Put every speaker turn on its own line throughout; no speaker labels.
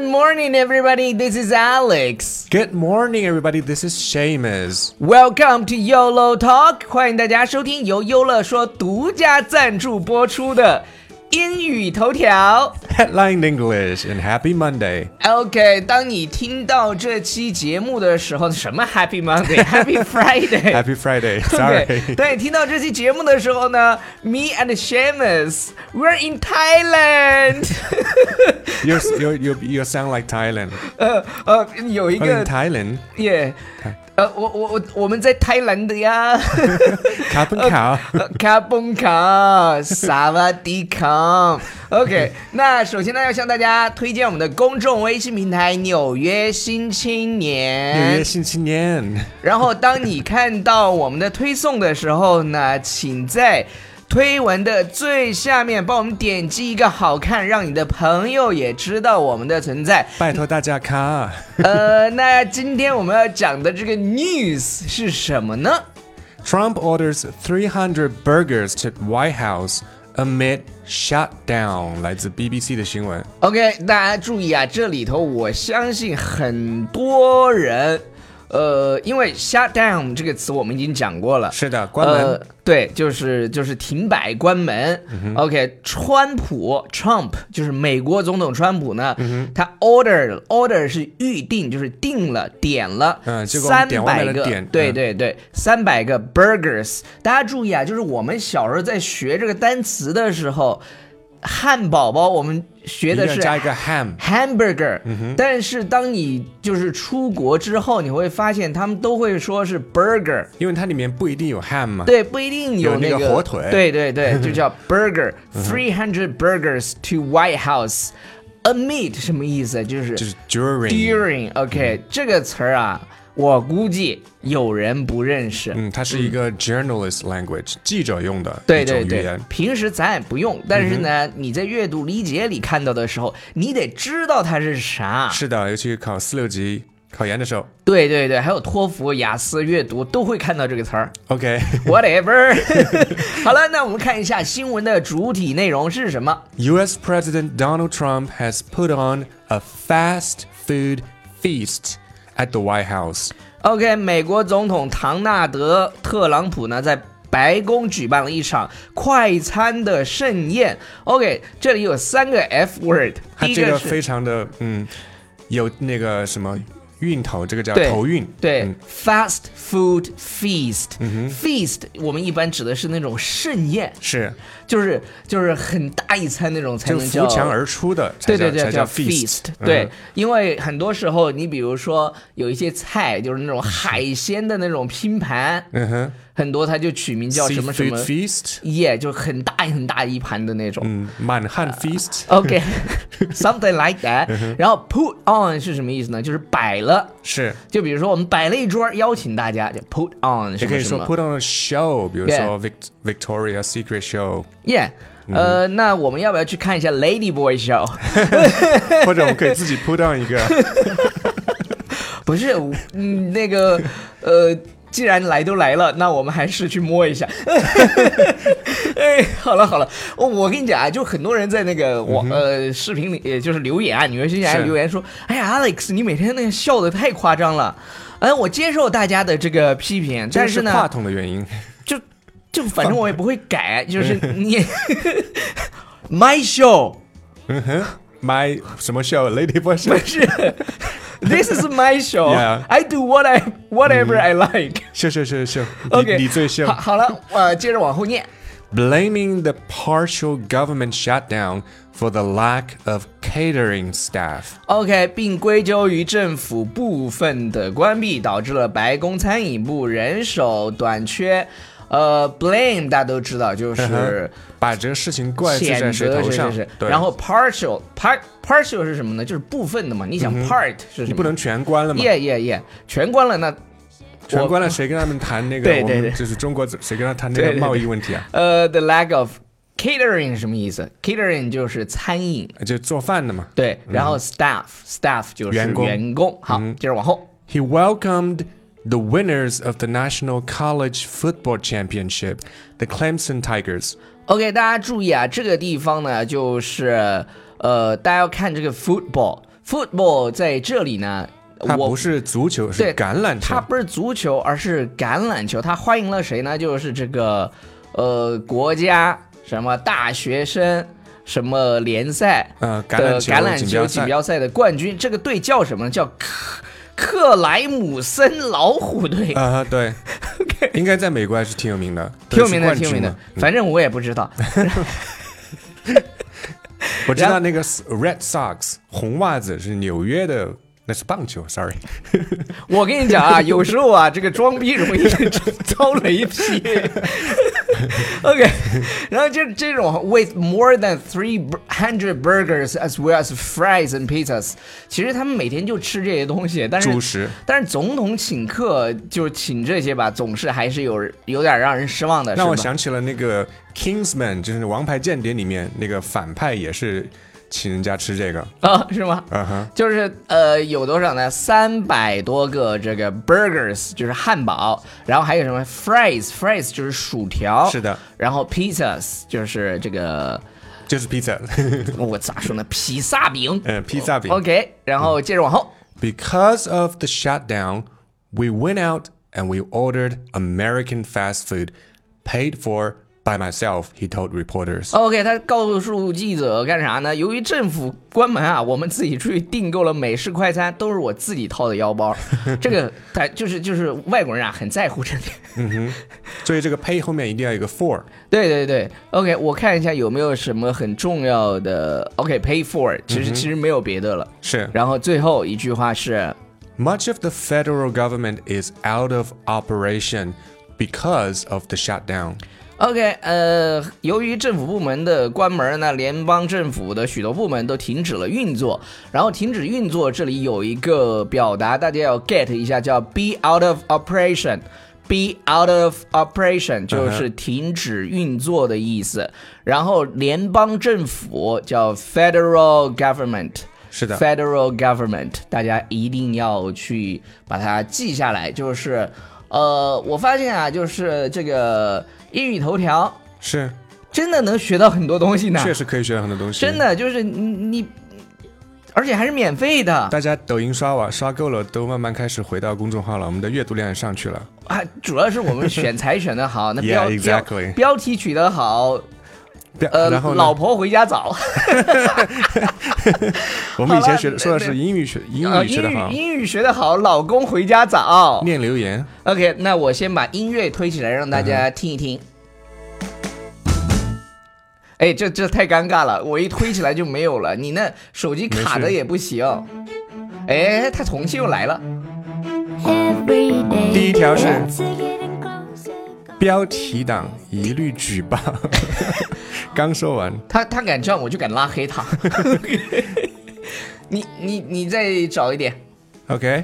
morning, everybody. This is Alex.
Good morning, everybody. This is Seamus.
Welcome to YOLO Talk. 欢迎大家收听由优乐说独家赞助播出的英语头条。
Headline English and Happy Monday.
OK，当你听到这期节目的时候，什么 Happy Monday，Happy Friday。
Happy Friday. Sorry.
OK，对， 听到这期节目的时候呢，Me and Shamus, we're in Thailand
You you you you sound like Thailand.
呃呃，有一
I mean
个
Thailand.
耶，呃，我我我我们在泰兰的 呀。
Cup and cow.
Uh, 呃卡崩卡，萨瓦迪卡。OK，那 首先呢，要向大家推荐我们的公众微信平台《纽约新青
纽
年
约》。新青年。
然后，当你看到我们的推送的时候呢，请在。推文的最下面帮我们点击一个好看，让你的朋友也知道我们的存在。
拜托大家看。
呃，那今天我们要讲的这个 news 是什么呢？
Trump orders 300 burgers to White House amid shutdown. 来自 BBC 的新闻。
OK，大家注意啊，这里头我相信很多人，呃，因为 shut down 这个词我们已经讲过了，
是的，关门。嗯
呃，对，就是就是停摆关门。OK，川普 Trump 就是美国总统川普呢，
嗯
他 order order 是预定，就是定了点了，
嗯结果我
三
们点外
百
卖的
个，
点
对
嗯
对对，三百个 burgers。大家注意啊，就是我们小时候在学这个单词的时候，汉堡包我们学
一定
的
要
是
加一个嗯 ham。
hamburger，、但是当你就是出国之后，你会发现他们都会说是 burger。
因为它里面不一定有 ham 嘛。
对，不一定
有
那
那个火腿嗯
对对 对，就叫 burger。Three hundred burgers to White House。Amid 什么意思？就是
就是嗯 during。
during。OK，这个词儿啊，我估计有人不认识。
嗯，它是一个 journalist language，、记者用的
对
一种
对
语
对
言。，嗯
平时咱也不用，但是呢，你在阅读理解里看到的时候，你得知道它是啥。
是的，尤其考四六级、考研的时候。
对对对，还有托福、雅思阅读都会看到这个词 儿。
OK，
Whatever 。 好了，那我们看一下新闻的主体内容是什么。
U.S. President Donald Trump has put on a fast food feast at the White House.
OK，美国总统唐纳德·特朗普呢，在白宫举办了一场快餐的盛宴。OK，这里有三个 F word，
它
第一
这个
是
非常的嗯，有那个什么韵头，这个叫
对
头韵。
对、
嗯
fast food feast、feast，我们一般指的是那种盛宴，
是
就是就是很大一餐那种才
就
能
扶
叫。
墙而出的，才
对
叫
对对，
才叫
feast，
feast。
对
嗯，
因为很多时候你比如说有一些菜，就是那种海鲜的那种拼盘，
嗯哼，
很多它就取名叫什么什么
Seafood feast，
耶就很大很大一盘的那种。
嗯，满汉 feast。
OK，something、like
嗯
that。然后 put on 是什么意思呢？就是摆了。
是，
就比如说我们摆了一桌，邀请大家，就 put on
也
什
可
么
以
什
说
么。
put on a show，比如
Yeah
说 Vic- Victoria Secret Show，
耶，呃，
嗯
那我们要不要去看一下 Lady Boy Show？
或者我们可以自己 put on 一个。
不是，我嗯，那个，呃，既然来都来了，那我们还是去摸一下。 哎，好了好了，我我跟你讲啊，就很多人在那个网、呃视频里，也就是留言啊，纽约新还
嗯是
留言说，哎呀，Alex，你每天那个笑的太夸张了。哎，我接受大家的这个批评， 但
这
呢，
话筒的原因，
就就反正我也不会改，
嗯
就是你 ，my show
嗯哼，My 什么 show，Lady Boy
不
show，
是，this is my
Yeah 嗯
show，I do what I whatever I like。
秀秀秀秀，
OK，
你你最秀
好，。好了，呃，接着往后念。
Blaming the partial government shutdown for the lack of catering staff，
OK，并归咎于政府部分的关闭导致了白宫餐饮部人手短缺。呃，blame 大家都知道，就是
把这个事情嗯怪罪在
谴
谁
责
头
谁谁
上
谁。。
对，
然后 partial part partial 是什么呢？就是部分的嘛。你想 part 是什么？
嗯你不能全关了嘛？
耶耶耶，全关了那
全关了，谁跟他们谈那 个？
对对
我们
对
就是中国谁跟他谈
对
那
对
个贸易问题啊？
呃，the lack of catering 是什么意思？catering 就是餐饮，
就做饭的嘛。
对。然后 staff、staff 就是
嗯员工嗯
员工好，接着往后。
He welcomed the winners of the National College Football Championship, the Clemson Tigers.
OK，大家注意啊，这个地方呢，就是呃，大家要看这个 football。 Football 在这里呢，
它
我
不是足球，是
对
橄榄球
它。不是足球，而是橄榄球。它欢迎了谁呢？就是这个呃国家什么大学生什么联赛
呃，橄榄
的
球
橄榄
锦
球
标
锦
赛。
标赛的冠军。这个队叫什么呢？叫克克莱姆森老虎队。
啊、 对应该在美国还是挺有名的，
挺有名的，
对是冠
挺有名
军
的
嘛，嗯
反正我也不知道。
我知道那个 Red Sox 红袜子是纽约的，那是棒球，sorry。
我跟你讲 啊，有时候啊，这个装逼容易 遭雷劈。OK，然后这这种 with more than three hundred burgers as well as fries and pizzas，其实他们每天就吃这些东西，但是
主食
但是总统请客就请这些吧，总是还是有有点让人失望的，
让我
是吧
想起了那个 Kingsman，就是《王牌间谍》里面那个反派也是请人家吃这个。
啊，是吗？
嗯哼，
就是呃，有多少呢？三百多个这个 burgers，就是汉堡，然后还有什么 fries，fries 就是薯条，
是的，
然后 pizzas 就是这个
就是 pizza，
我咋说呢？披萨饼。
嗯，披萨饼。
OK，然后接着往后，
Because of the shutdown, we went out and we ordered American fast food, paid for by myself, he told reporters.
OK，他告诉记者干啥呢？由于政府关门啊，我们自己出去订购了美式快餐，都是我自己掏的腰包。 这个他就是就是外国人啊，很在乎这点。
所以这个 pay 后面一定要有个 for。
对对对，OK，我看一下有没有什么很重要的。OK，pay、for，其实、其实没有别的了。
是
然后最后一句话是
Much of the federal government is out of operation because of the shutdown.
，OK，呃，由于政府部门的关门呢，联邦政府的许多部门都停止了运作。然后停止运作，这里有一个表达，大家要 get 一下，叫 be out of operation。be out of operation 就是停止运作的意思。然后联邦政府叫 federal government。
是的
Federal government，大家一定要去把它记下来。就是，呃，我发现啊，就是这个英语头条
是，
真的能学到很多东西呢，
确实可以学到很多东西。
真，的就是你你，而且还是免费的
大家抖音刷完刷够了，都慢慢开始回到公众号了，我们的阅读量也上去了。
啊！主要是我们选材选的 好，那
Yeah,
标标
exactly.
标题取得好，
对
呃，
然后呢
老婆回家早，
我们以前学
好了
的说的是英语学英
啊
语学
英
的
语
好，
英语学的好，老公回家早。
念留言。
OK，那我先把音乐推起来，让大家听一听。哎，这这太尴尬了，我一推起来就没有了。你那手机卡的也不行。哎，它重新又来了。
Every day.
第一条是
Once you're getting closer.
标题党一律举报。 刚说完，
他他敢这样，我就敢拉黑他。 你你你再找一点，
OK，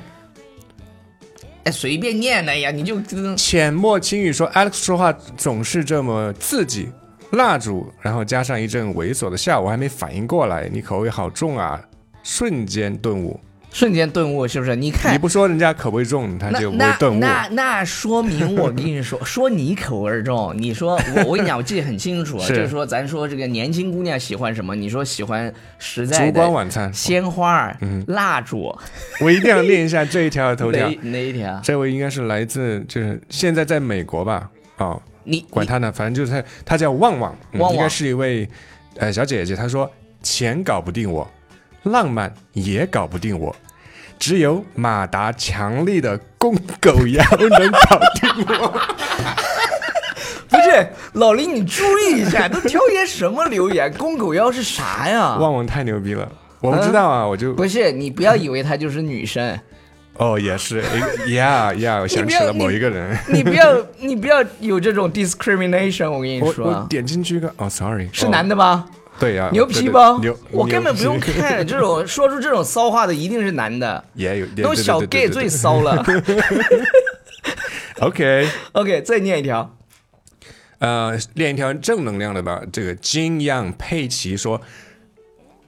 哎，随便念的呀，你就
浅墨轻语说 Alex 说话总是这么刺激，蜡烛，然后加上一阵猥琐的笑，我还没反应过来，你口味好重啊！瞬间顿悟，
瞬间顿悟，是不是？你看
你不说人家口味重，他
那
就不会
那
顿悟。
那那说明我跟你说，说你口味重，你说我我跟你讲，我记得很清楚，啊
是
就是说咱说这个年轻姑娘喜欢什么？你说喜欢实在
烛光
的
晚餐，
鲜花、蜡烛，
我一定要念一下这一条的 头条
哪。哪一啊条？
这位应该是来自，就是现在在美国吧？哦，
你
管他呢，反正就是他，他叫旺旺，嗯
旺旺
应该是一位呃小姐姐。她说：“钱搞不定我，浪漫也搞不定我，只有马达强力的公狗腰 能搞定我。
不是老林，你注意一下，都挑些什么留言？公狗腰是啥”呀？
旺旺太牛逼了，我不知道啊，我就
不是你不要以为她就是女 生，
哦也是，yeah yeah，我想起了某一个人，
你不要你不要有这种 discrimination，我跟你
我我
说，啊
点进去一个，哦，sorry，
是
哦
男的吗？
对呀，
牛
啊对对
皮包，
牛，
我根本不用
牛皮，
看这种说出这种骚话的一定是男的，
也有也
那种小 gay 最骚 了。
OK。
OK，再念一条，
呃，练一条正能量的吧。这个金样佩奇说，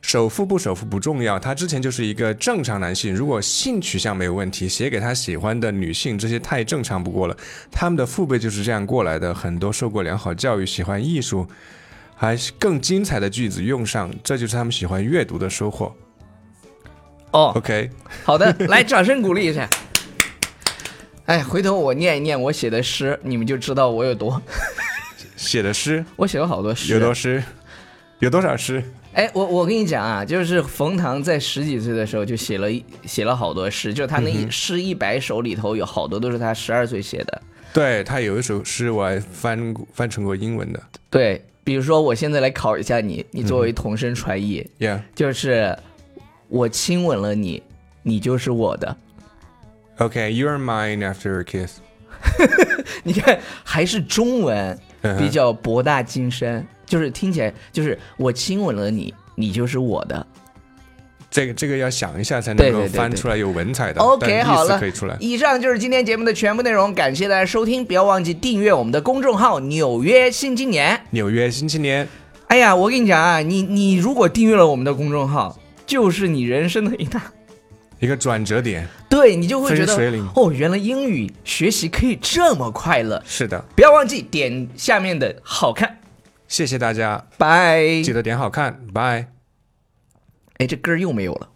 首富不首富不重要，他之前就是一个正常男性。如果性取向没有问题，写给他喜欢的女性，这些太正常不过了。他们的父辈就是这样过来的，很多受过良好教育，喜欢艺术，还是更精彩的句子用上，这就是他们喜欢阅读的收获。
哦，
OK，
好 的，来掌声鼓励一下。哎，回头我念一念我写的诗，你们就知道我有多。
写的诗
我写了好多诗，
有多诗，有多少诗？
哎，我我跟你讲啊，就是冯唐在十几岁的时候就写了一写了好多诗，就是他那
嗯
一诗一百首里头有好多都是他十二岁写的。
对他有一首诗我还翻过翻成过英文的
对，比如说我现在来考一下你，你
嗯
作为同声传译，
，Yeah，
就是我亲吻了你，你就是我的。
OK，You、are mine after a kiss。
你看，还是中文
嗯哼
比较博大精深，就是听起来就是我亲吻了你，你就是我的。
这个这个要想一下才
对
能
对
够
对
翻
对
出来有文采的
OK，
但
好
意思
了
可以出来。
以上就是今天节目的全部内容，感谢大家收听，不要忘记订阅我们的公众号《纽约新青年》。
纽约新青年，
哎呀，我跟你讲啊，你你如果订阅了我们的公众号，就是你人生的一大，
一个转折点，
对你就会觉
分水
得
岭
哦，原来英语学习可以这么快乐。
是的，
不要忘记点下面的好看，
谢谢大家，
拜。
记得点好看，拜。
哎，这歌儿又没有了。